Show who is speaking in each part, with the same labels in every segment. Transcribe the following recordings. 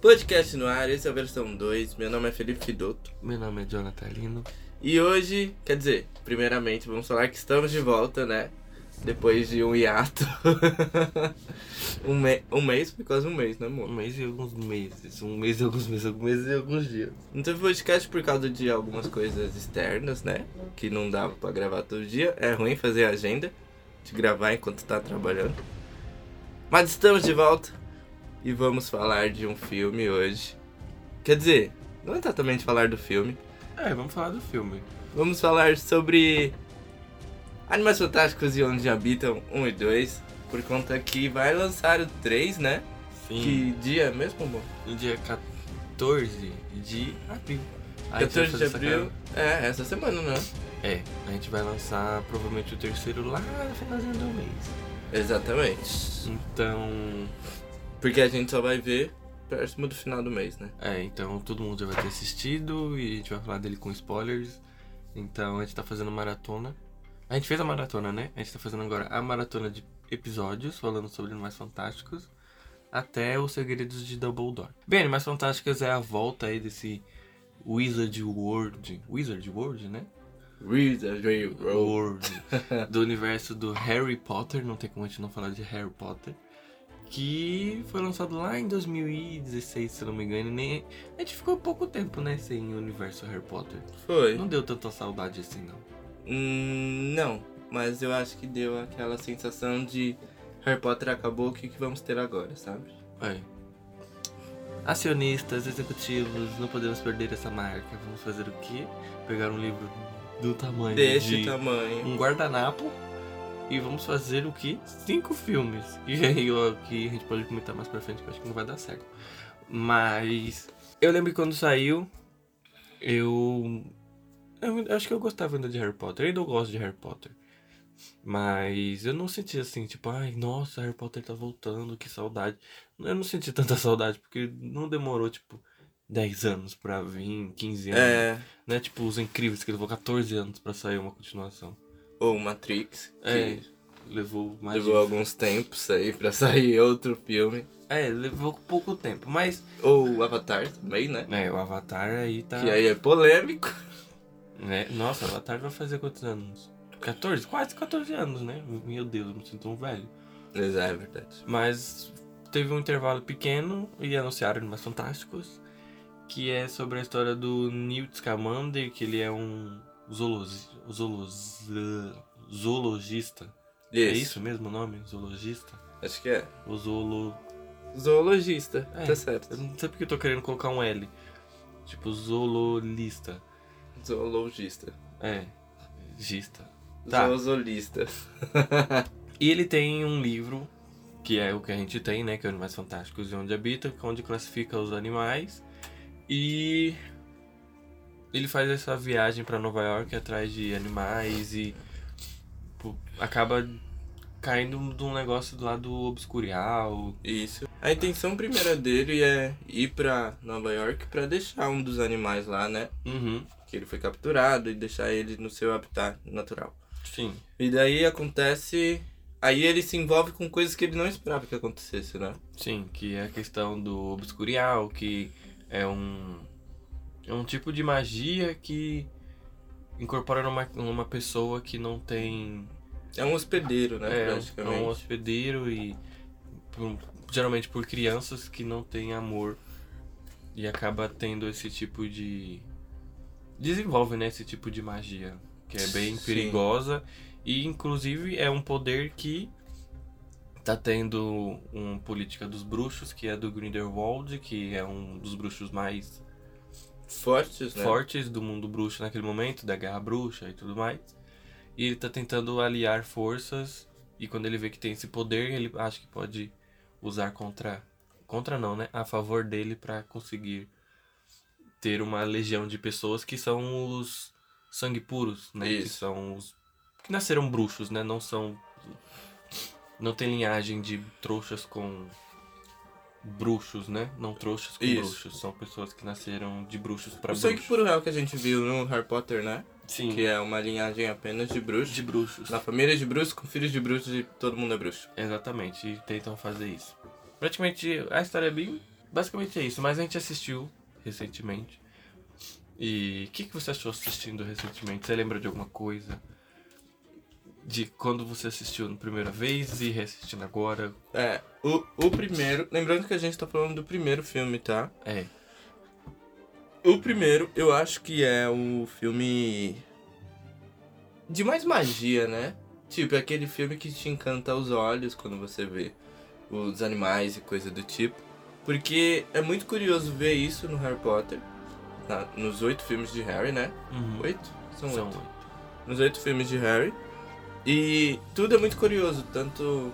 Speaker 1: Podcast no ar, esse é a versão 2. Meu nome é Felipe Fidoto.
Speaker 2: Meu nome é Jonathan Lino.
Speaker 1: E hoje, quer dizer, primeiramente vamos falar que estamos de volta, né? Depois de um hiato. um, me- um mês, foi quase um mês, né, amor?
Speaker 2: Um mês e alguns meses. Um mês e alguns meses, alguns meses e alguns dias.
Speaker 1: Não teve podcast por causa de algumas coisas externas, né? Que não dava pra gravar todo dia. É ruim fazer agenda de gravar enquanto tá trabalhando. Mas estamos de volta e vamos falar de um filme hoje. Quer dizer, não é exatamente falar do filme.
Speaker 2: É, vamos falar do filme.
Speaker 1: Vamos falar sobre Animais Fantásticos e Onde Habitam 1 e 2. Por conta que vai lançar o 3, né?
Speaker 2: Sim.
Speaker 1: Que dia mesmo, amor?
Speaker 2: No dia 14 de abril. A gente vai
Speaker 1: 14 de
Speaker 2: fazer essa
Speaker 1: abril. É, essa semana, né?
Speaker 2: cara- É, a gente vai lançar provavelmente o terceiro lá no finalzinho do mês.
Speaker 1: Exatamente.
Speaker 2: Então.
Speaker 1: Porque a gente só vai ver próximo do final do mês, né?
Speaker 2: É, então todo mundo já vai ter assistido e a gente vai falar dele com spoilers. Então a gente tá fazendo maratona. A gente fez a maratona, né? A gente tá fazendo agora a maratona de episódios falando sobre Animais Fantásticos até os Segredos de Dumbledore. Bem, Animais Fantásticos é a volta aí desse Wizard World. Wizard World, né?
Speaker 1: Wizard Railroad.
Speaker 2: World. do universo do Harry Potter, não tem como a gente não falar de Harry Potter. Que foi lançado lá em 2016, se não me engano. e Nem... A gente ficou pouco tempo, né, sem o universo Harry Potter.
Speaker 1: Foi.
Speaker 2: Não deu tanta saudade assim, não.
Speaker 1: Hum, não, mas eu acho que deu aquela sensação de Harry Potter acabou, o que, que vamos ter agora, sabe?
Speaker 2: É. Acionistas, executivos, não podemos perder essa marca. Vamos fazer o quê? Pegar um livro do tamanho
Speaker 1: Deste
Speaker 2: de
Speaker 1: tamanho.
Speaker 2: um guardanapo e vamos fazer o que? Cinco filmes. E aí ó, que a gente pode comentar mais pra frente, que eu acho que não vai dar certo. Mas eu lembro que quando saiu, eu. Eu ainda- acho que eu gostava ainda de Harry Potter. Eu ainda gosto de Harry Potter. Mas eu não senti assim, tipo, ai, nossa, Harry Potter tá voltando, que saudade. Eu não senti tanta saudade, porque não demorou, tipo, 10 anos pra vir, 15 anos.
Speaker 1: É.
Speaker 2: Né? Tipo, os incríveis, que levou 14 anos pra sair uma continuação.
Speaker 1: Ou Matrix, que
Speaker 2: É, levou mais.
Speaker 1: levou alguns tempos aí pra sair outro filme.
Speaker 2: É, levou pouco tempo, mas.
Speaker 1: Ou Avatar também, né?
Speaker 2: É, o Avatar aí tá.
Speaker 1: Que aí é polêmico.
Speaker 2: né? Nossa, o Avatar vai fazer quantos anos? 14? Quase 14 anos, né? Meu Deus, eu me sinto um velho.
Speaker 1: Mas é verdade.
Speaker 2: Mas teve um intervalo pequeno e anunciaram Animais Fantásticos, que é sobre a história do Newt Scamander, que ele é um zoologi... zoologi... zoologista. É isso mesmo o nome? Zoologista?
Speaker 1: Acho que é.
Speaker 2: O zoolo...
Speaker 1: Zoologista,
Speaker 2: É.
Speaker 1: tá certo.
Speaker 2: Eu não sei porque eu tô querendo colocar um L. Tipo, zoologista.
Speaker 1: Zoologista.
Speaker 2: É, gista. Tá.
Speaker 1: Zoologista.
Speaker 2: E ele tem um livro, que é o que a gente tem, né? Que é Animais Fantásticos e Onde Habita, é onde classifica os animais. E ele faz essa viagem pra Nova York atrás de animais e pô, acaba caindo de um negócio do lado obscurial.
Speaker 1: Isso. A intenção primeira dele é ir pra Nova York pra deixar um dos animais lá, né?
Speaker 2: Uhum,
Speaker 1: Que ele foi capturado e deixar ele no seu habitat natural.
Speaker 2: sim.
Speaker 1: E daí acontece. Aí ele se envolve com coisas que ele não esperava que acontecesse, né?
Speaker 2: Sim, que é a questão do obscurial, que é um é um tipo de magia que incorpora numa, numa pessoa que não tem
Speaker 1: É um hospedeiro, né?
Speaker 2: é, é
Speaker 1: praticamente.
Speaker 2: um hospedeiro e por- geralmente por crianças que não têm amor e acaba tendo esse tipo de desenvolve né, esse tipo de magia que é bem
Speaker 1: Sim.
Speaker 2: perigosa e inclusive é um poder que tá tendo uma política dos bruxos que é do Grindelwald que é um dos bruxos mais
Speaker 1: Fortes, né?
Speaker 2: fortes do mundo bruxo naquele momento, da guerra bruxa e tudo mais. E ele tá tentando aliar forças. E quando ele vê que tem esse poder, ele acha que pode usar contra. Contra não, né? A favor dele pra conseguir ter uma legião de pessoas que são os sangue puros, né? Que
Speaker 1: Isso.
Speaker 2: são os. Que nasceram bruxos, né? Não são. Não tem linhagem de trouxas com bruxos, né? Não trouxas com
Speaker 1: Isso.
Speaker 2: bruxos. São pessoas que nasceram de bruxos pra
Speaker 1: O
Speaker 2: bruxos.
Speaker 1: sangue puro real que a gente viu no Harry Potter, né?
Speaker 2: Sim.
Speaker 1: Que é uma linhagem apenas de bruxos.
Speaker 2: de bruxos.
Speaker 1: Na família de bruxos, com filhos de bruxos e todo mundo é bruxo.
Speaker 2: Exatamente, e tentam fazer isso. Praticamente a história é bem Basicamente é isso, mas a gente assistiu recentemente. E o que, que você achou assistindo recentemente? Você lembra de alguma coisa? De quando você assistiu na primeira vez e reassistindo agora?
Speaker 1: É, o, o primeiro. Lembrando que a gente tá falando do primeiro filme, tá?
Speaker 2: É,
Speaker 1: O primeiro, eu acho que é o filme. de mais magia, né? Tipo, é aquele filme que te encanta os olhos quando você vê os animais e coisa do tipo. Porque é muito curioso ver isso no Harry Potter, na- nos oito filmes de Harry, né?
Speaker 2: uhum.
Speaker 1: Oito? São
Speaker 2: São
Speaker 1: oito
Speaker 2: oito.
Speaker 1: nos oito filmes de Harry. E tudo é muito curioso, tanto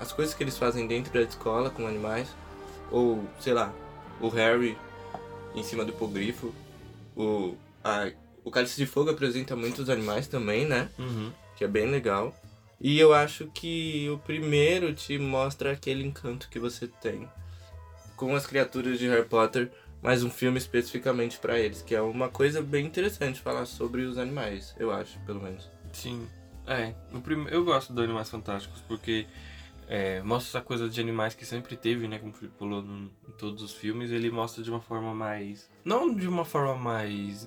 Speaker 1: as coisas que eles fazem dentro da escola com animais, ou sei lá, o Harry em cima do hipogrifo, o, a, o Cálice de Fogo apresenta muitos animais também, né?
Speaker 2: Uhum.
Speaker 1: Que é bem legal. E eu acho que o primeiro te mostra aquele encanto que você tem com as criaturas de Harry Potter, mas um filme especificamente pra eles, que é uma coisa bem interessante falar sobre os animais, eu acho, pelo menos.
Speaker 2: Sim. É, o prime... eu gosto dos Animais Fantásticos porque é, mostra essa coisa de animais que sempre teve, né? Como o Felipe falou no- em todos os filmes, ele mostra de uma forma mais. Não de uma forma mais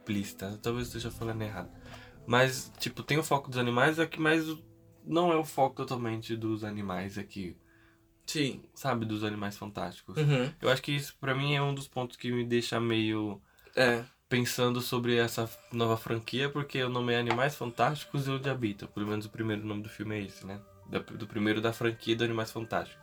Speaker 2: explícita, talvez eu esteja falando errado. Mas, tipo, tem o foco dos animais aqui, mas o- não é o foco totalmente dos animais aqui,
Speaker 1: Sim.
Speaker 2: sabe? Dos animais fantásticos.
Speaker 1: Uhum.
Speaker 2: Eu acho que isso, pra mim, é um dos pontos que me deixa meio
Speaker 1: É.
Speaker 2: pensando sobre essa nova franquia, porque o nome é Animais Fantásticos e Onde Habita. Pelo menos o primeiro nome do filme é esse, né? Da- do primeiro da franquia do Animais Fantásticos.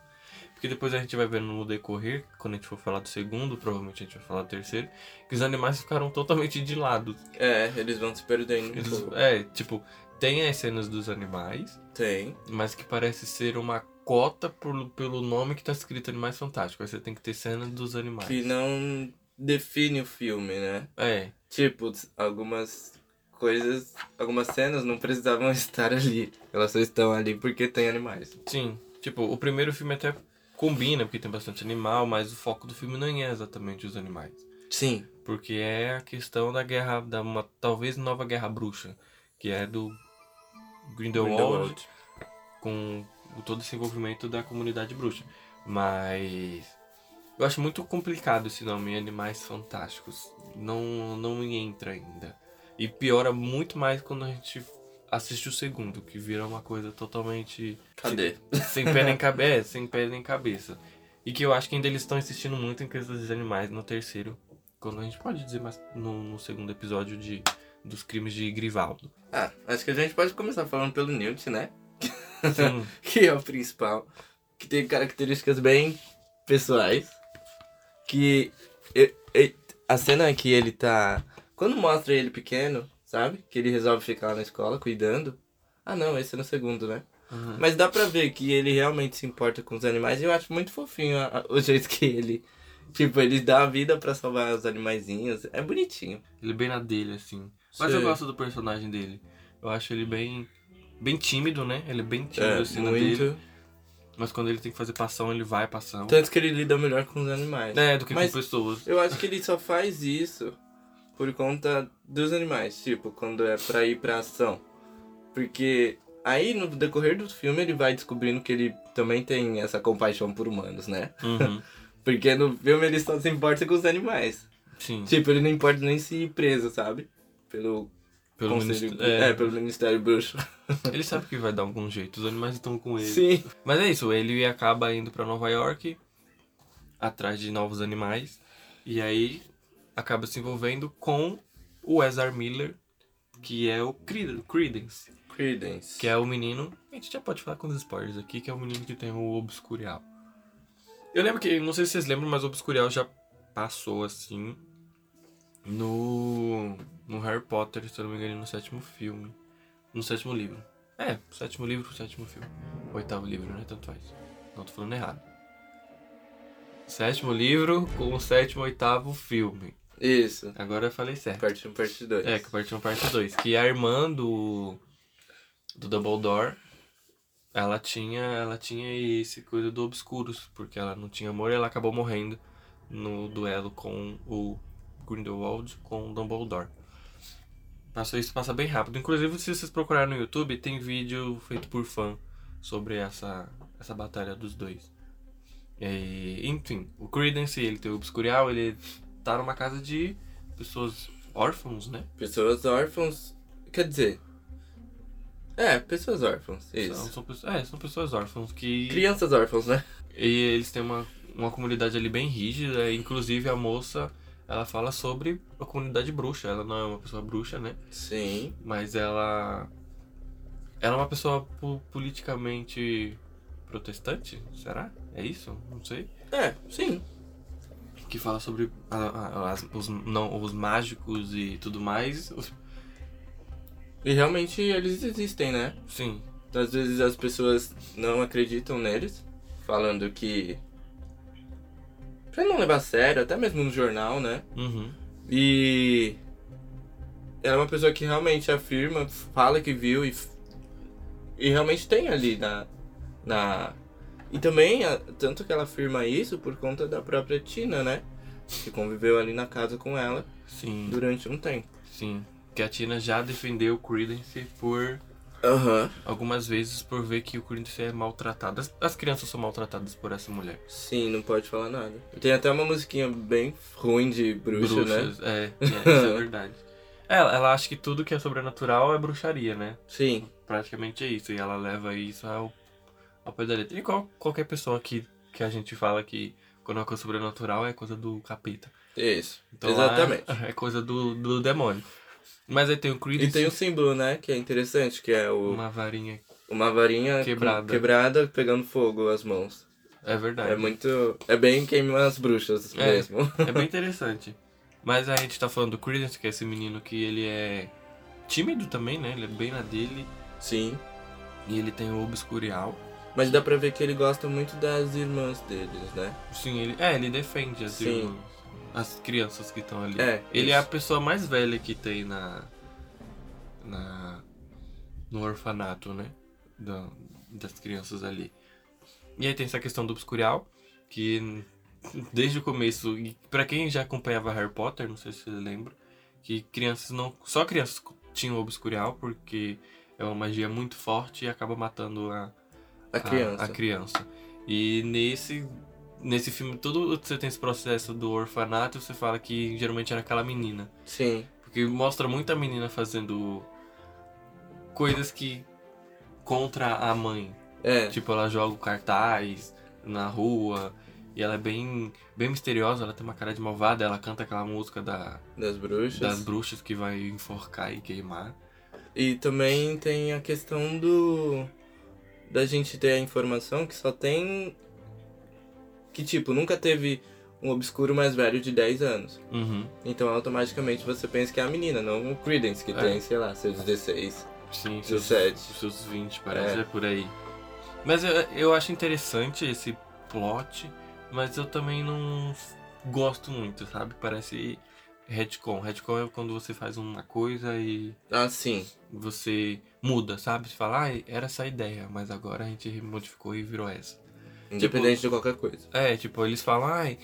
Speaker 2: Porque depois a gente vai vendo no decorrer, quando a gente for falar do segundo, provavelmente a gente vai falar do terceiro, que os animais ficaram totalmente de lado.
Speaker 1: É, eles vão se perdendo. um
Speaker 2: Eles-
Speaker 1: pouco.
Speaker 2: é, tipo, tem as cenas dos animais,
Speaker 1: Tem.
Speaker 2: mas que parece ser uma cota por- pelo nome que tá escrito Animais Fantásticos. Aí você tem que ter cenas dos animais.
Speaker 1: Que não define o filme, né?
Speaker 2: É,
Speaker 1: Tipo, algumas coisas, algumas cenas não precisavam estar ali. Elas só estão ali porque tem animais.
Speaker 2: Sim, tipo, o primeiro filme até combina, porque tem bastante animal, mas o foco do filme não é exatamente os animais.
Speaker 1: Sim.
Speaker 2: Porque é a questão da guerra, da uma talvez nova guerra bruxa, que é do Grindelwald,
Speaker 1: Grindelwald.
Speaker 2: com o- todo esse envolvimento da comunidade bruxa. Mas eu acho muito complicado esse nome, Animais Fantásticos. Não, não me entra ainda. E piora muito mais quando a gente assiste o segundo, que vira uma coisa totalmente
Speaker 1: Cadê?
Speaker 2: sem pé nem cabeça, sem pé nem cabeça. E que eu acho que ainda eles estão insistindo muito em questões dos animais no terceiro, quando a gente pode dizer mais no, no segundo episódio de dos crimes de Grivaldo.
Speaker 1: Ah, acho que a gente pode começar falando pelo Newt, né?
Speaker 2: Sim,
Speaker 1: Que é o principal. Que tem características bem pessoais. Que. e- e- a cena que ele tá. Quando mostra ele pequeno, sabe? Que ele resolve ficar lá na escola cuidando. Ah, não, esse é no segundo, né?
Speaker 2: Uhum.
Speaker 1: Mas dá pra ver que ele realmente se importa com os animais. E eu acho muito fofinho a- a- o jeito que ele. Tipo, ele dá a vida pra salvar os animaizinhos. É bonitinho.
Speaker 2: ele bem na dele assim. Mas eu
Speaker 1: Sei.
Speaker 2: gosto do personagem dele. Eu acho ele bem bem tímido, né? Ele é bem tímido
Speaker 1: É,
Speaker 2: assim na dele,
Speaker 1: muito.
Speaker 2: mas quando ele tem que fazer passão, ele vai passão.
Speaker 1: Tanto que ele lida melhor com os animais.
Speaker 2: É, do que
Speaker 1: Mas-
Speaker 2: com pessoas.
Speaker 1: Eu acho que ele só faz isso por conta dos animais, tipo, quando é pra ir pra ação. Porque aí no decorrer do filme ele vai descobrindo que ele também tem essa compaixão por humanos, né?
Speaker 2: Uhum.
Speaker 1: Porque no filme ele só se importa com os animais.
Speaker 2: Sim.
Speaker 1: Tipo, ele não importa nem se ir preso, sabe? Pelo,
Speaker 2: Pelo menos
Speaker 1: conselho, é.
Speaker 2: é,
Speaker 1: pelo Ministério Bruxo.
Speaker 2: ele sabe que vai dar algum jeito. Os animais estão com ele.
Speaker 1: Sim.
Speaker 2: Mas é isso, ele acaba indo pra Nova York atrás de novos animais e aí acaba se envolvendo com o Ezra Miller, que é o Creed- Creedence,
Speaker 1: Credence.
Speaker 2: que é o menino. A gente já pode falar com os spoilers aqui, que é o menino que tem o Obscurial. Eu lembro que, não sei se vocês lembram, mas o Obscurial já passou assim no, no Harry Potter, se eu não me engano, no sétimo filme. No sétimo livro. É, sétimo livro, sétimo filme. Oitavo livro, né? Tanto faz. Não tô falando errado. Sétimo livro com o sétimo, oitavo filme.
Speaker 1: Isso.
Speaker 2: Agora eu falei certo.
Speaker 1: Parte 1, parte 2.
Speaker 2: É, que parte 1, parte 2. Que a irmã do. Do Dumbledore. Ela tinha, ela tinha esse coisa do Obscuros. Porque ela não tinha amor e ela acabou morrendo no duelo com o Grindelwald com o Dumbledore. Passou isso, passa bem rápido. Inclusive, se vocês procurarem no YouTube, tem vídeo feito por fã sobre essa, essa batalha dos dois. E, enfim, o Credence, ele tem o Obscurial, ele tá numa casa de pessoas órfãos, né?
Speaker 1: Pessoas órfãos. Quer dizer. É, pessoas órfãos. Isso.
Speaker 2: São, são, pessoas- é, são pessoas órfãos que.
Speaker 1: Crianças órfãos, né?
Speaker 2: E eles têm uma, uma comunidade ali bem rígida, inclusive a moça, ela fala sobre a comunidade bruxa. Ela não é uma pessoa bruxa, né?
Speaker 1: Sim.
Speaker 2: Mas ela. Ela é uma pessoa po- politicamente protestante? Será? É isso? Não sei.
Speaker 1: É, sim.
Speaker 2: Que fala sobre a- a- as- os, não, os mágicos e tudo mais. Os-
Speaker 1: E realmente eles existem, né?
Speaker 2: sim,
Speaker 1: Então, às vezes as pessoas não acreditam neles, falando que. Pra não levar a sério, até mesmo no jornal, né?
Speaker 2: Uhum.
Speaker 1: E. Ela é uma pessoa que realmente afirma, fala que viu e. f- E realmente tem ali na. na... E também, a- tanto que ela afirma isso por conta da própria Tina, né? Que conviveu ali na casa com ela
Speaker 2: Sim,
Speaker 1: durante um tempo.
Speaker 2: sim. Que a Tina já defendeu o Credence por
Speaker 1: Aham.
Speaker 2: algumas vezes por ver que o Credence é maltratado. As, as crianças são maltratadas por essa mulher.
Speaker 1: Sim, não pode falar nada. Tem até uma musiquinha bem ruim de bruxo, né?
Speaker 2: Bruxas, é, é, isso é verdade. Ela, ela acha que tudo que é sobrenatural é bruxaria, né?
Speaker 1: Sim.
Speaker 2: Praticamente é isso. E ela leva isso ao, ao pé da letra. E qual- qualquer pessoa que, que a gente fala que quando é uma coisa sobrenatural é coisa do capeta.
Speaker 1: Isso.
Speaker 2: Então, lá
Speaker 1: Exatamente.
Speaker 2: É, é coisa do, do demônio. Mas aí tem o Credence,
Speaker 1: E tem um símbolo, né? Que é interessante, que é o,
Speaker 2: uma varinha.
Speaker 1: uma varinha com-
Speaker 2: Quebrada.
Speaker 1: quebrada pegando fogo as mãos.
Speaker 2: É verdade.
Speaker 1: É muito. É bem queima as bruxas
Speaker 2: É.
Speaker 1: mesmo.
Speaker 2: É bem interessante. Mas a gente tá falando do Credence, que é esse menino que ele é tímido também, né? Ele é bem na dele.
Speaker 1: Sim.
Speaker 2: E ele tem o obscurial.
Speaker 1: Mas dá pra ver que ele gosta muito das irmãs deles, né?
Speaker 2: Sim, ele. É, ele defende as
Speaker 1: Sim.
Speaker 2: irmãs, as crianças que estão ali.
Speaker 1: É,
Speaker 2: ele
Speaker 1: isso.
Speaker 2: é a pessoa mais velha que tem na. na. no orfanato, né? Da- das crianças ali. E aí tem essa questão do obscurial, que desde o começo, e pra quem já acompanhava Harry Potter, não sei se você lembra, que crianças não. Só crianças tinham o obscurial, porque é uma magia muito forte e acaba matando a
Speaker 1: A criança.
Speaker 2: Ah, a criança. E nesse nesse filme todo você tem esse processo do orfanato, você fala que geralmente era aquela menina,
Speaker 1: Sim.
Speaker 2: porque mostra muita menina fazendo coisas que contra a mãe.
Speaker 1: É.
Speaker 2: Tipo, ela joga o cartaz na rua e ela é bem bem misteriosa, ela tem uma cara de malvada, ela canta aquela música Tipo, da,
Speaker 1: Das bruxas.
Speaker 2: das bruxas que vai enforcar e queimar.
Speaker 1: E também tem a questão do. Da gente ter a informação que só tem. Que tipo, nunca teve um obscuro mais velho de 10 anos.
Speaker 2: Uhum.
Speaker 1: Então automaticamente você pensa que é a menina, não o Credence, que
Speaker 2: É.
Speaker 1: tem, sei lá, seus 16.
Speaker 2: Sim, seus-
Speaker 1: 17.
Speaker 2: Os seus 20, parece,
Speaker 1: É.
Speaker 2: é, por aí. Mas eu, eu acho interessante esse plot, mas eu também não f- gosto muito, sabe? Parece retcon. Retcon é quando você faz uma coisa e
Speaker 1: Ah, sim.
Speaker 2: você muda, sabe? Você fala, ah, era essa a ideia, mas agora a gente modificou e virou essa.
Speaker 1: Independente de qualquer coisa.
Speaker 2: É, tipo, eles falam, ai,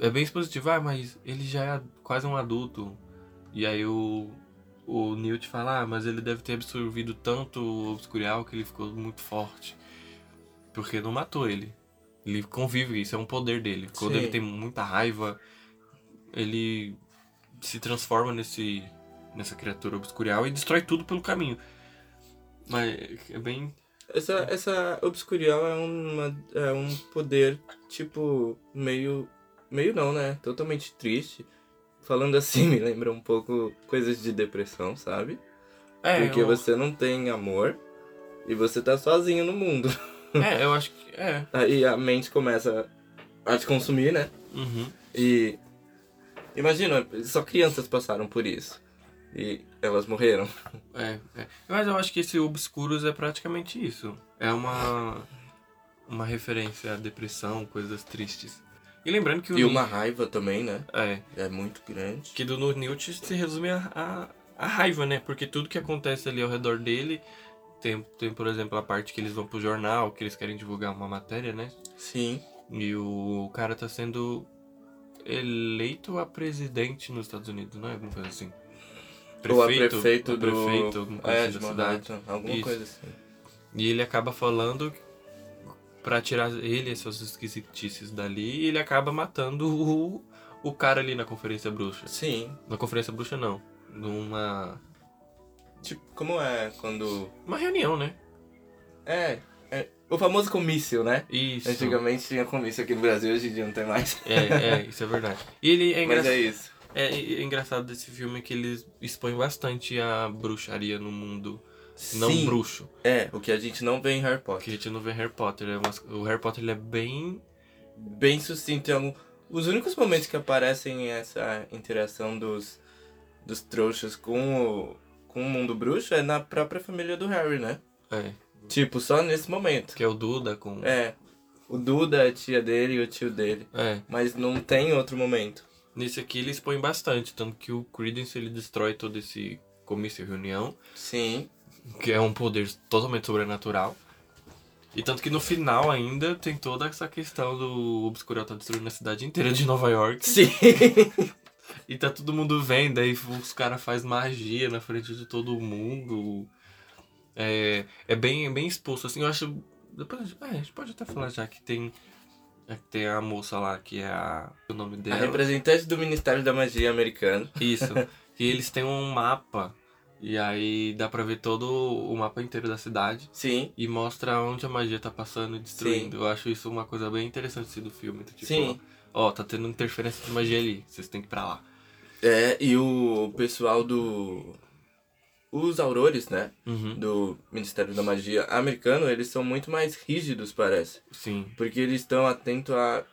Speaker 2: é bem expositivo, ah, mas ele já é quase um adulto. E aí o, o Newt fala, ah, mas ele deve ter absorvido tanto o obscurial que ele ficou muito forte. Porque não matou ele. Ele convive, isso é um poder dele. Quando
Speaker 1: Sim.
Speaker 2: ele tem muita raiva, ele se transforma nesse nessa criatura obscurial e destrói tudo pelo caminho. Mas é bem
Speaker 1: Essa, essa obscurial é, uma, é um poder, tipo, meio. Meio não, né? Totalmente triste. Falando assim, me lembra um pouco coisas de depressão, sabe?
Speaker 2: é,
Speaker 1: Porque
Speaker 2: eu-
Speaker 1: você não tem amor e você tá sozinho no mundo.
Speaker 2: é, eu acho que é.
Speaker 1: Aí a mente começa a te consumir, né?
Speaker 2: Uhum.
Speaker 1: E. Imagina, só crianças passaram por isso. E elas morreram.
Speaker 2: É, é. Mas eu acho que esse Obscuros é praticamente isso. É uma uma referência à depressão, coisas tristes. E lembrando que o
Speaker 1: E
Speaker 2: Newt-
Speaker 1: uma raiva também, né?
Speaker 2: é,
Speaker 1: É muito grande.
Speaker 2: que do no Newt se resume a, a, a raiva, né? Porque tudo que acontece ali ao redor dele tem, tem, por exemplo, a parte que eles vão pro jornal, que eles querem divulgar uma matéria, né?
Speaker 1: Sim.
Speaker 2: E o cara tá sendo eleito a presidente nos Estados Unidos, não é? Alguma coisa assim.
Speaker 1: Ou a prefeito
Speaker 2: a
Speaker 1: do-
Speaker 2: um prefeito alguma coisa
Speaker 1: É,
Speaker 2: assim
Speaker 1: de
Speaker 2: da
Speaker 1: uma
Speaker 2: cidade.
Speaker 1: raiva, alguma
Speaker 2: Isso.
Speaker 1: coisa assim.
Speaker 2: E ele acaba falando pra tirar ele e suas esquisitices dali. E ele acaba matando o, o cara ali na Conferência Bruxa.
Speaker 1: Sim.
Speaker 2: Na Conferência Bruxa, não. Numa.
Speaker 1: Tipo, como é quando.
Speaker 2: Uma reunião, né?
Speaker 1: É. é o famoso comício, né?
Speaker 2: Isso.
Speaker 1: Antigamente tinha comício aqui no Brasil, hoje em dia não tem mais.
Speaker 2: É, é, isso é verdade. E ele é
Speaker 1: Mas
Speaker 2: engraçado.
Speaker 1: é isso.
Speaker 2: É, é engraçado desse filme que eles expõem bastante a bruxaria no mundo não
Speaker 1: Sim.
Speaker 2: bruxo.
Speaker 1: É, o que a gente não vê em Harry
Speaker 2: Porque a
Speaker 1: Potter.
Speaker 2: gente não vê Harry Potter. é umas- o Harry Potter ele é bem.
Speaker 1: Bem sucinto. Em algum... Os únicos momentos que aparecem essa interação dos, dos trouxas com o, com o mundo bruxo é na própria família do Harry, né?
Speaker 2: É,
Speaker 1: Tipo, só nesse momento.
Speaker 2: que é o Duda com.
Speaker 1: É. O Duda, a tia dele e o tio dele.
Speaker 2: É.
Speaker 1: Mas não tem outro momento.
Speaker 2: Nesse aqui ele expõe bastante, tanto que o Credence ele destrói todo esse comício e reunião,
Speaker 1: Sim.
Speaker 2: que é um poder totalmente sobrenatural. E tanto que no final ainda tem toda essa questão do Obscurel tá destruindo a cidade inteira de Nova York.
Speaker 1: Sim.
Speaker 2: E tá todo mundo vendo, aí os caras fazem magia na frente de todo mundo. É, é bem, é bem exposto, assim, eu acho. Depois, a gente- é, a gente pode até falar já que tem. é que tem a moça lá que é a. O nome
Speaker 1: A
Speaker 2: dela.
Speaker 1: representante do Ministério da Magia americano.
Speaker 2: Isso. que eles têm um mapa. E aí dá pra ver todo o mapa inteiro da cidade.
Speaker 1: Sim.
Speaker 2: E mostra onde a magia tá passando e destruindo. Eu acho isso uma coisa bem interessante assim, do filme. Então, Tipo,
Speaker 1: Sim.
Speaker 2: Ó, tá tendo interferência de magia ali. Vocês têm que ir pra lá.
Speaker 1: É, e o pessoal do. Os aurores, né?
Speaker 2: Uhum.
Speaker 1: Do Ministério da Magia americano, eles são muito mais rígidos, parece.
Speaker 2: Sim.
Speaker 1: Porque eles estão atentos a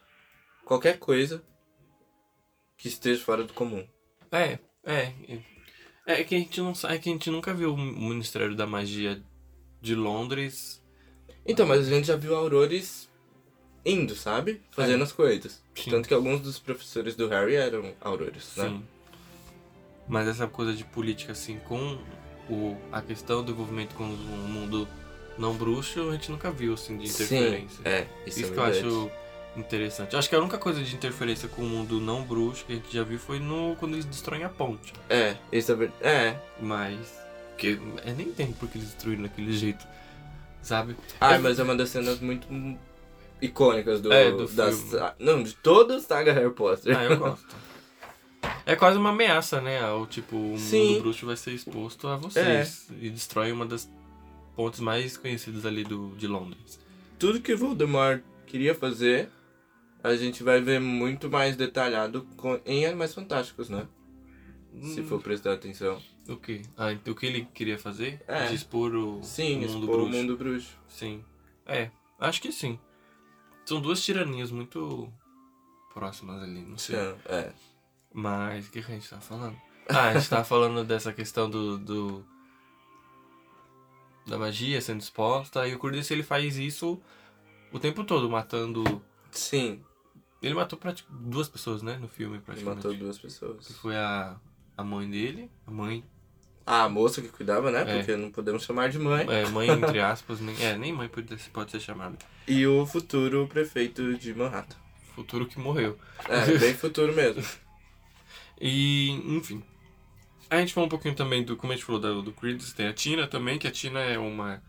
Speaker 1: qualquer coisa que esteja fora do comum.
Speaker 2: É, é. É, é que a gente não sa- é que a gente nunca viu o Ministério da Magia de Londres.
Speaker 1: Então, mas a gente já viu aurores indo, sabe? Fazendo as coisas.
Speaker 2: É. Sim.
Speaker 1: Tanto que alguns dos professores do Harry eram aurores, né?
Speaker 2: Sim. Mas essa coisa de política, assim, com o, a questão do envolvimento com o mundo não bruxo, a gente nunca viu, assim, de interferência.
Speaker 1: Sim, é, isso,
Speaker 2: Isso
Speaker 1: é
Speaker 2: que eu
Speaker 1: verdade.
Speaker 2: acho interessante. Acho que a única coisa de interferência com o mundo não bruxo que a gente já viu foi no, quando eles destroem a ponte.
Speaker 1: É, isso é verdade. É.
Speaker 2: Mas. Que, eu nem entendo porque eles destruíram daquele jeito. Sabe?
Speaker 1: Ah,
Speaker 2: É-
Speaker 1: mas é uma das cenas muito hum, icônicas do,
Speaker 2: É, do
Speaker 1: da
Speaker 2: filme.
Speaker 1: sa- Não, de toda a saga Harry Potter.
Speaker 2: Ah, eu gosto. É quase uma ameaça, né? Ao tipo, o
Speaker 1: Sim. É.
Speaker 2: mundo bruxo vai ser exposto a vocês. E destrói uma das pontes mais conhecidas ali do, de Londres.
Speaker 1: Tudo que Voldemort queria fazer, a gente vai ver muito mais detalhado com- em Animais Fantásticos, né? Se
Speaker 2: Hum,
Speaker 1: for prestar atenção.
Speaker 2: O que? Ah, então o que ele queria fazer?
Speaker 1: É.
Speaker 2: De expor o,
Speaker 1: Sim,
Speaker 2: o mundo
Speaker 1: expor
Speaker 2: bruxo.
Speaker 1: o mundo bruxo.
Speaker 2: Sim. É, acho que sim. São duas tiranias muito próximas ali, não sei.
Speaker 1: Então, é.
Speaker 2: Mas o que, que a gente tava falando? Ah, a gente tava falando dessa questão do. do- da magia sendo exposta. E o Curtis ele faz isso o tempo todo, matando.
Speaker 1: Sim,
Speaker 2: Ele matou prati- duas pessoas, né? No filme,
Speaker 1: ele
Speaker 2: praticamente.
Speaker 1: matou duas
Speaker 2: Que
Speaker 1: pessoas.
Speaker 2: foi a, a mãe dele. A mãe.
Speaker 1: Ah, a moça que cuidava, né?
Speaker 2: É.
Speaker 1: Porque não podemos chamar de mãe.
Speaker 2: É, mãe entre aspas. Nem, é, nem mãe pode, ser- pode ser chamada.
Speaker 1: E o futuro prefeito de Manhattan.
Speaker 2: Futuro que morreu.
Speaker 1: É, bem futuro mesmo.
Speaker 2: E, enfim. A gente falou um pouquinho também do. Como a gente falou do, do Creedence, tem a Tina também, que a Tina é uma.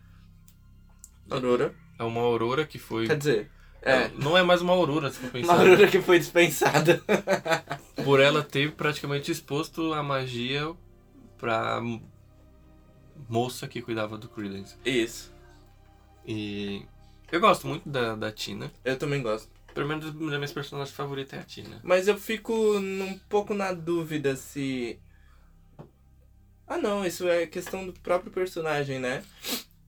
Speaker 1: Aurora.
Speaker 2: É uma aurora que foi.
Speaker 1: Quer dizer, é.
Speaker 2: Não é mais uma aurora, se for
Speaker 1: Uma
Speaker 2: pensar.
Speaker 1: Aurora que foi dispensada.
Speaker 2: Por ela ter praticamente exposto a magia pra m- moça que cuidava do Creedence.
Speaker 1: Isso.
Speaker 2: E. Eu gosto muito da, da Tina.
Speaker 1: Eu também gosto.
Speaker 2: Pelo menos uma das minhas personagens favoritas é a Tina.
Speaker 1: Mas eu fico um pouco na dúvida se. Ah, não, isso é questão do próprio personagem, né?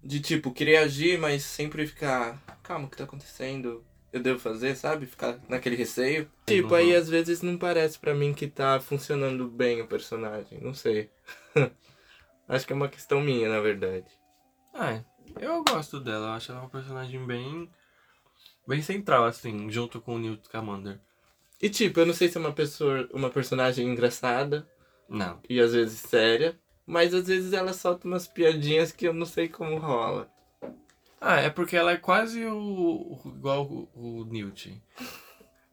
Speaker 1: De tipo, querer agir, mas sempre ficar. Calma, o que tá acontecendo? Eu devo fazer, sabe? Ficar naquele receio.
Speaker 2: Sim,
Speaker 1: Tipo, aí
Speaker 2: normal.
Speaker 1: às vezes não parece pra mim que tá funcionando bem o personagem. Não sei. Acho que é uma questão minha, na verdade.
Speaker 2: Ah, é. eu gosto dela. Eu acho ela uma personagem bem. Bem central, assim, junto com o Newt Scamander.
Speaker 1: E tipo, eu não sei se é uma pessoa, uma personagem engraçada
Speaker 2: Não.
Speaker 1: e às vezes séria, mas às vezes ela solta umas piadinhas que eu não sei como rola.
Speaker 2: Ah, é porque ela é quase o, o- igual o, o Newt.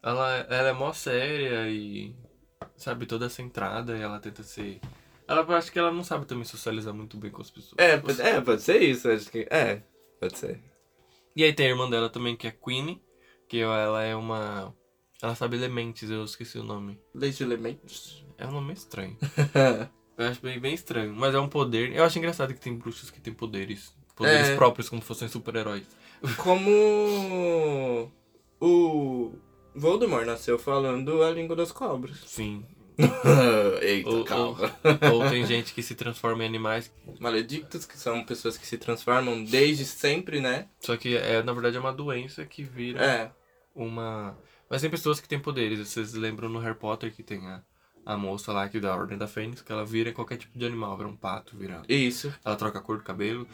Speaker 2: Ela, ela é mó séria e sabe toda centrada e ela tenta ser. Ela eu acho que ela não Tipo, sabe também socializar muito bem com as pessoas.
Speaker 1: É, pode, é, pode ser isso, acho que. É, pode ser.
Speaker 2: E aí tem a irmã dela também, que é Queen, que ela é uma. Ela sabe Elementes, eu esqueci o nome.
Speaker 1: Leite elementos.
Speaker 2: É um nome estranho. Eu acho bem, bem estranho, mas é um poder. Eu acho engraçado que tem bruxos que têm poderes. Poderes
Speaker 1: É.
Speaker 2: próprios, como se fossem super-heróis.
Speaker 1: Como o Voldemort nasceu falando a língua das cobras.
Speaker 2: Sim.
Speaker 1: Eita,
Speaker 2: Ou-
Speaker 1: calma.
Speaker 2: Ou tem gente que se transforma em animais.
Speaker 1: Maledictos, que são pessoas que se transformam desde sempre, né?
Speaker 2: Só que, é, na verdade, é uma doença que vira
Speaker 1: É.
Speaker 2: uma. Mas tem pessoas que têm poderes. Vocês lembram no Harry Potter que tem a, a moça lá que da Ordem da Fênix, que ela vira qualquer tipo de animal, vira um pato, vira.
Speaker 1: Isso.
Speaker 2: Ela troca a cor do cabelo.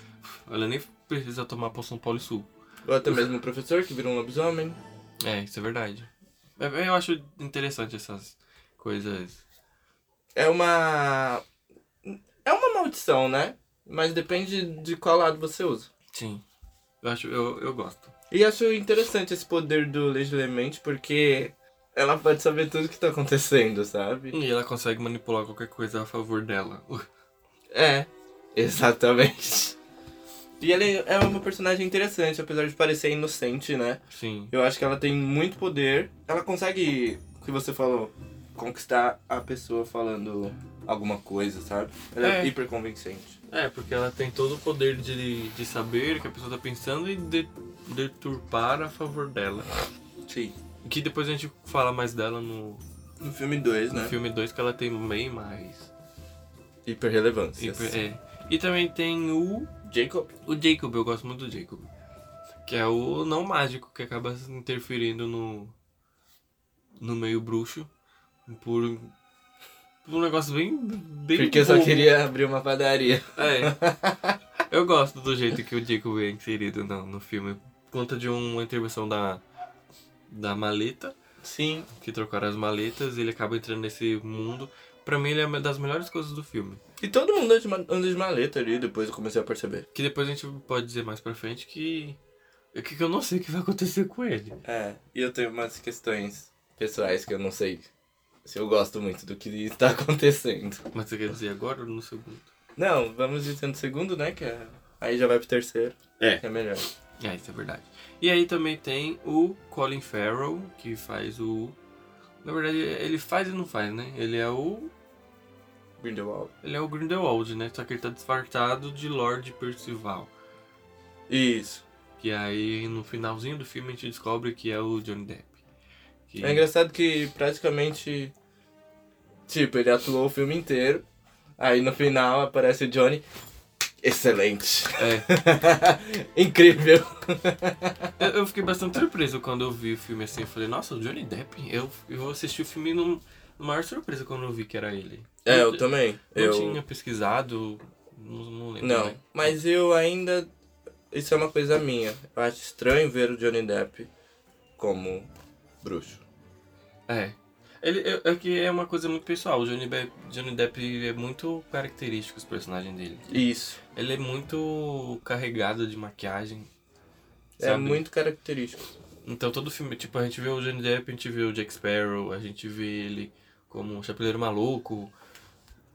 Speaker 2: Ela nem precisa tomar poção Sul.
Speaker 1: Ou até mesmo o professor que virou um lobisomem.
Speaker 2: É, isso é verdade. É, Eu acho interessante essas coisas.
Speaker 1: É uma. É uma maldição, né? Mas depende de qual lado você usa.
Speaker 2: Sim. Eu acho, eu, eu gosto.
Speaker 1: E acho interessante esse poder do Legilemente, porque ela pode saber tudo que tá acontecendo, sabe?
Speaker 2: E ela consegue manipular qualquer coisa a favor dela.
Speaker 1: É, exatamente. E ela é uma personagem interessante, apesar de parecer inocente, né?
Speaker 2: Sim.
Speaker 1: Eu acho que ela tem muito poder. Ela consegue, o que você falou, conquistar a pessoa falando alguma coisa, sabe? Ela é,
Speaker 2: É.
Speaker 1: hiper convincente.
Speaker 2: É, porque ela tem todo o poder de, de saber o que a pessoa tá pensando e de, deturpar a favor dela.
Speaker 1: Sim.
Speaker 2: Que depois a gente fala mais dela no,
Speaker 1: No filme 2,
Speaker 2: no
Speaker 1: né?
Speaker 2: filme 2, que ela tem bem mais.
Speaker 1: Hiper relevância.
Speaker 2: hiper- é. E também tem o
Speaker 1: Jacob.
Speaker 2: O Jacob, eu gosto muito do Jacob. Que é o não mágico, que acaba se interferindo no. no meio bruxo. Por. um- por um negócio bem. bem
Speaker 1: Porque eu só
Speaker 2: bobo.
Speaker 1: queria abrir uma padaria.
Speaker 2: É. Eu gosto do jeito que o Jacob é inserido no, no filme. Por conta de uma intervenção da. da maleta,
Speaker 1: Sim.
Speaker 2: que trocaram as maletas, e ele acaba entrando nesse mundo. Pra mim, ele é uma das melhores coisas do filme.
Speaker 1: E todo mundo anda de, ma- anda de maleta ali, depois eu comecei a perceber.
Speaker 2: Que depois a gente pode dizer mais pra frente que. que que eu não sei o que vai acontecer com ele.
Speaker 1: É, e eu tenho umas questões pessoais que eu não sei se eu gosto muito do que está acontecendo.
Speaker 2: Mas você quer dizer agora ou no segundo?
Speaker 1: Não, vamos dizer no segundo, né? Que é... aí já vai pro terceiro.
Speaker 2: É.
Speaker 1: que É melhor.
Speaker 2: É, isso é verdade. E aí também tem o Colin Farrell, que faz o. Na verdade, ele faz e não faz, né? Ele é o.
Speaker 1: Grindelwald.
Speaker 2: Ele é o Grindelwald, né? Só que ele tá disfarçado de Lord Percival.
Speaker 1: Isso.
Speaker 2: Que aí no finalzinho do filme a gente descobre que é o Johnny Depp. Que-
Speaker 1: É engraçado que praticamente. Tipo, ele atuou o filme inteiro. Aí no final aparece o Johnny. Excelente.
Speaker 2: É.
Speaker 1: Incrível.
Speaker 2: Eu, eu fiquei bastante surpreso quando eu vi o filme assim. Eu falei, nossa, o Johnny Depp? Eu, eu assisti o filme num. Maior surpresa quando eu vi que era ele.
Speaker 1: É, eu também.
Speaker 2: Não
Speaker 1: eu
Speaker 2: tinha pesquisado, não, não lembro.
Speaker 1: Não,
Speaker 2: né?
Speaker 1: mas eu ainda. Isso é uma coisa minha. Eu acho estranho ver o Johnny Depp como bruxo.
Speaker 2: É. Ele, é, é que é uma coisa muito pessoal. O Johnny Depp, Johnny Depp é muito característico os personagens dele.
Speaker 1: Isso.
Speaker 2: Ele é muito carregado de maquiagem.
Speaker 1: É
Speaker 2: sabe?
Speaker 1: muito característico.
Speaker 2: Então todo filme, tipo, a gente vê o Johnny Depp, a gente vê o Jack Sparrow, a gente vê ele como um chapeleiro maluco,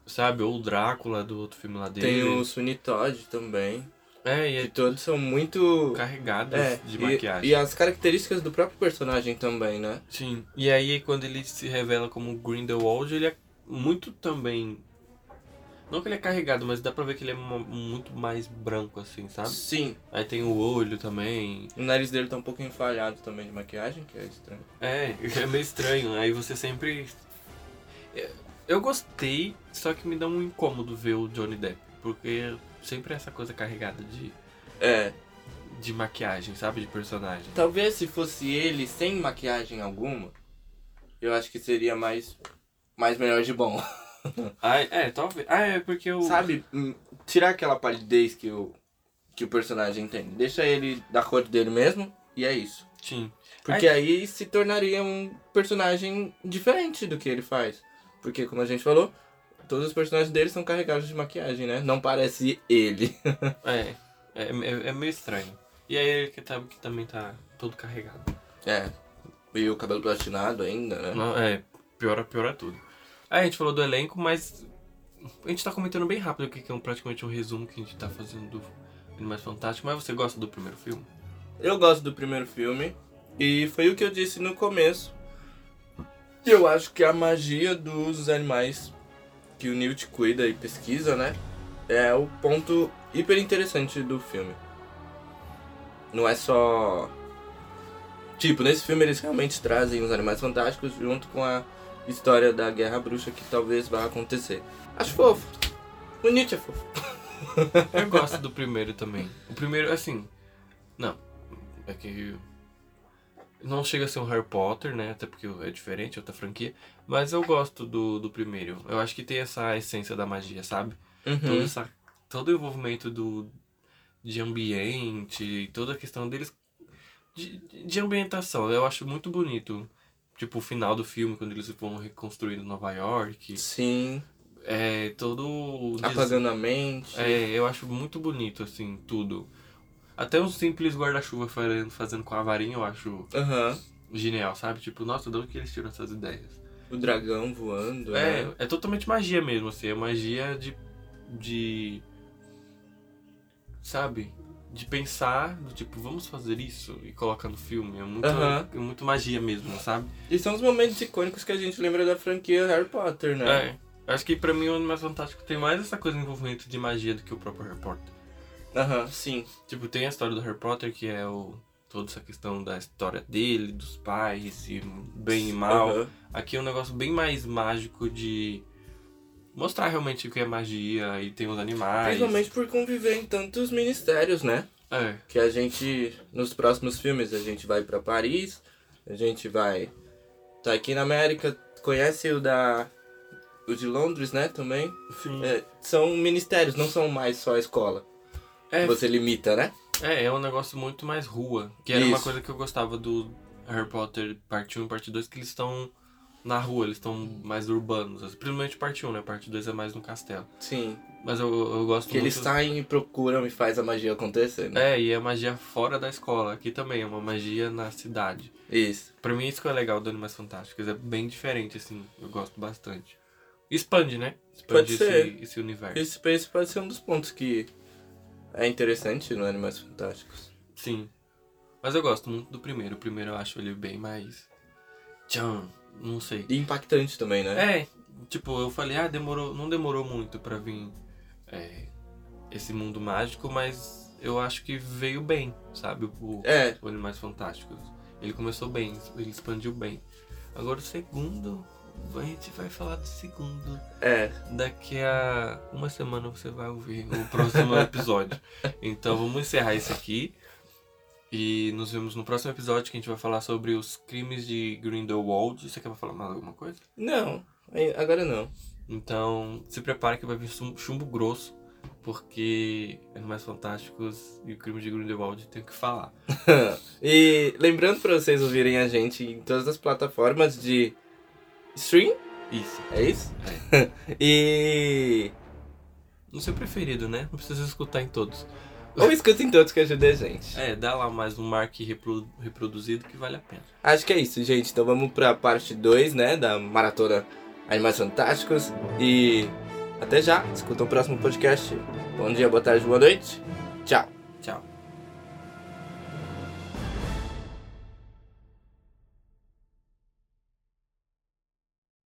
Speaker 2: sabe? Ou o Drácula do outro filme lá dele.
Speaker 1: Tem o Sweeney Todd também.
Speaker 2: É, e
Speaker 1: E
Speaker 2: é
Speaker 1: todos são muito.
Speaker 2: carregados
Speaker 1: É,
Speaker 2: de
Speaker 1: e-
Speaker 2: maquiagem.
Speaker 1: E, as características do próprio personagem também, né?
Speaker 2: Sim. E aí quando ele se revela como Grindelwald, ele é muito também. Não que ele é carregado, mas dá pra ver que ele é mu- muito mais branco, assim, sabe?
Speaker 1: Sim.
Speaker 2: Aí tem o olho também.
Speaker 1: O nariz dele tá um pouquinho falhado também de maquiagem, que é estranho.
Speaker 2: É, é meio estranho. Aí você sempre. É, Eu gostei, só que me dá um incômodo ver o Johnny Depp. Porque sempre é essa coisa carregada de,
Speaker 1: É.
Speaker 2: de maquiagem, sabe? De personagem.
Speaker 1: Talvez se fosse ele sem maquiagem alguma, eu acho que seria mais. Mais melhor de bom.
Speaker 2: Ah, é, talvez. Ah, é porque eu.
Speaker 1: Sabe, hum, tirar aquela palidez que o, que o personagem tem. Deixa ele da cor dele mesmo e é isso.
Speaker 2: Sim.
Speaker 1: Porque aí se tornaria um personagem diferente do que ele faz. Porque, como a gente falou, todos os personagens dele são carregados de maquiagem, né? Não parece ele.
Speaker 2: É, é, é, é meio estranho. E aí ele que, tá, que também tá todo carregado.
Speaker 1: É. E o cabelo platinado ainda, né?
Speaker 2: Não, é, piora, piora tudo. Aí a gente falou do elenco, mas a gente tá comentando bem rápido aqui, que é um, praticamente um resumo que a gente tá fazendo do Animais Fantásticos. Mas você gosta do primeiro filme?
Speaker 1: Eu gosto do primeiro filme. E foi o que eu disse no começo. Eu acho que a magia dos animais que o Newt cuida e pesquisa, né? É o ponto hiper interessante do filme. Não é só. Tipo, nesse filme eles realmente trazem os animais fantásticos junto com a história da guerra bruxa que talvez vá acontecer. Acho fofo. O Nietzsche é fofo.
Speaker 2: Eu gosto do primeiro também. O primeiro, assim. Não. É que. Não chega a ser um Harry Potter, né? Até porque é diferente, outra franquia. Mas eu gosto do, do primeiro. Eu acho que tem essa essência da magia, sabe?
Speaker 1: Uhum.
Speaker 2: Toda essa, todo o envolvimento do, de ambiente, toda a questão deles. De, de ambientação, eu acho muito bonito. Tipo, o final do filme, quando eles vão reconstruindo Nova York.
Speaker 1: Sim.
Speaker 2: É todo. o des-
Speaker 1: Apagando a mente.
Speaker 2: é, eu acho muito bonito, assim, tudo. Até um simples guarda-chuva fazendo, fazendo com a varinha eu acho
Speaker 1: Aham.
Speaker 2: genial, sabe? Tipo, nossa, de onde que eles tiram essas ideias?
Speaker 1: O dragão voando. né?
Speaker 2: É, é totalmente magia mesmo, assim, é magia de. de. sabe? De pensar, do tipo, vamos fazer isso e colocar no filme. É muito,
Speaker 1: Aham.
Speaker 2: é muito magia mesmo, sabe?
Speaker 1: E são os momentos icônicos que a gente lembra da franquia Harry Potter, né?
Speaker 2: É. Acho que pra mim o mais fantástico tem mais essa coisa de envolvimento de magia do que o próprio Harry Potter. É.
Speaker 1: Aham, sim.
Speaker 2: Tipo, tem a história do Harry Potter, que é o toda essa questão da história dele, dos pais, e bem e mal.
Speaker 1: Aham.
Speaker 2: Aqui é um negócio bem mais mágico de mostrar realmente o que é magia e tem os animais.
Speaker 1: Principalmente por conviver em tantos ministérios, né?
Speaker 2: É,
Speaker 1: Que a gente, nos próximos filmes, a gente vai pra Paris, a gente vai. Tá aqui na América, conhece o da. O de Londres, né? Também.
Speaker 2: sim.
Speaker 1: É, são ministérios, não são mais só a escola.
Speaker 2: É,
Speaker 1: Você limita, né?
Speaker 2: é, é um negócio muito mais rua. Que era uma
Speaker 1: Isso.
Speaker 2: coisa que eu gostava do Harry Potter parte 1 e parte 2, que eles estão na rua, eles estão mais urbanos. Principalmente parte 1, né? Parte 2 é mais no castelo.
Speaker 1: Sim.
Speaker 2: Mas eu, eu gosto
Speaker 1: Que eles
Speaker 2: muito...
Speaker 1: saem e procuram e faz a magia acontecer, né?
Speaker 2: É, e é magia fora da escola. Aqui também é uma magia na cidade.
Speaker 1: Isso.
Speaker 2: Pra mim, isso que é legal do Animais Fantásticos. É bem diferente, assim. Eu gosto bastante. Expande, né? Expande
Speaker 1: Pode
Speaker 2: esse,
Speaker 1: ser.
Speaker 2: esse universo.
Speaker 1: Esse Space pode ser um dos pontos que é interessante no Animais Fantásticos.
Speaker 2: Sim. Mas eu gosto muito do primeiro. O primeiro eu acho ele bem mais. Tchan. Não sei.
Speaker 1: E impactante também, né?
Speaker 2: É, tipo, eu falei, ah, demorou. Não demorou muito pra vir é, esse mundo mágico, mas eu acho que veio bem, sabe? O,
Speaker 1: É.
Speaker 2: o Animais Fantásticos. Ele começou bem, ele expandiu bem. Agora o segundo, a gente vai falar do segundo.
Speaker 1: É.
Speaker 2: Daqui a uma semana você vai ouvir o próximo episódio. Então vamos encerrar isso aqui. E nos vemos no próximo episódio que a gente vai falar sobre os crimes de Grindelwald. Você quer falar mais alguma coisa?
Speaker 1: Não, ai- agora não.
Speaker 2: Então se prepara que vai vir chum- chumbo grosso. Porque Animais Fantásticos e o crime de Grindelwald tem o que falar.
Speaker 1: e lembrando pra vocês ouvirem a gente em todas as plataformas de stream,
Speaker 2: Isso.
Speaker 1: é isso? e.
Speaker 2: No seu preferido, né? Não precisa escutar em todos.
Speaker 1: Ou escutem todos que ajudem a gente.
Speaker 2: É, dá lá mais um mark repro- reproduzido que vale a pena.
Speaker 1: Acho que é isso, gente. Então vamos pra parte 2, né? Da maratona Animais Fantásticos. E até já. Escuta o próximo podcast. Bom dia, boa tarde, boa noite. Tchau.
Speaker 2: Tchau.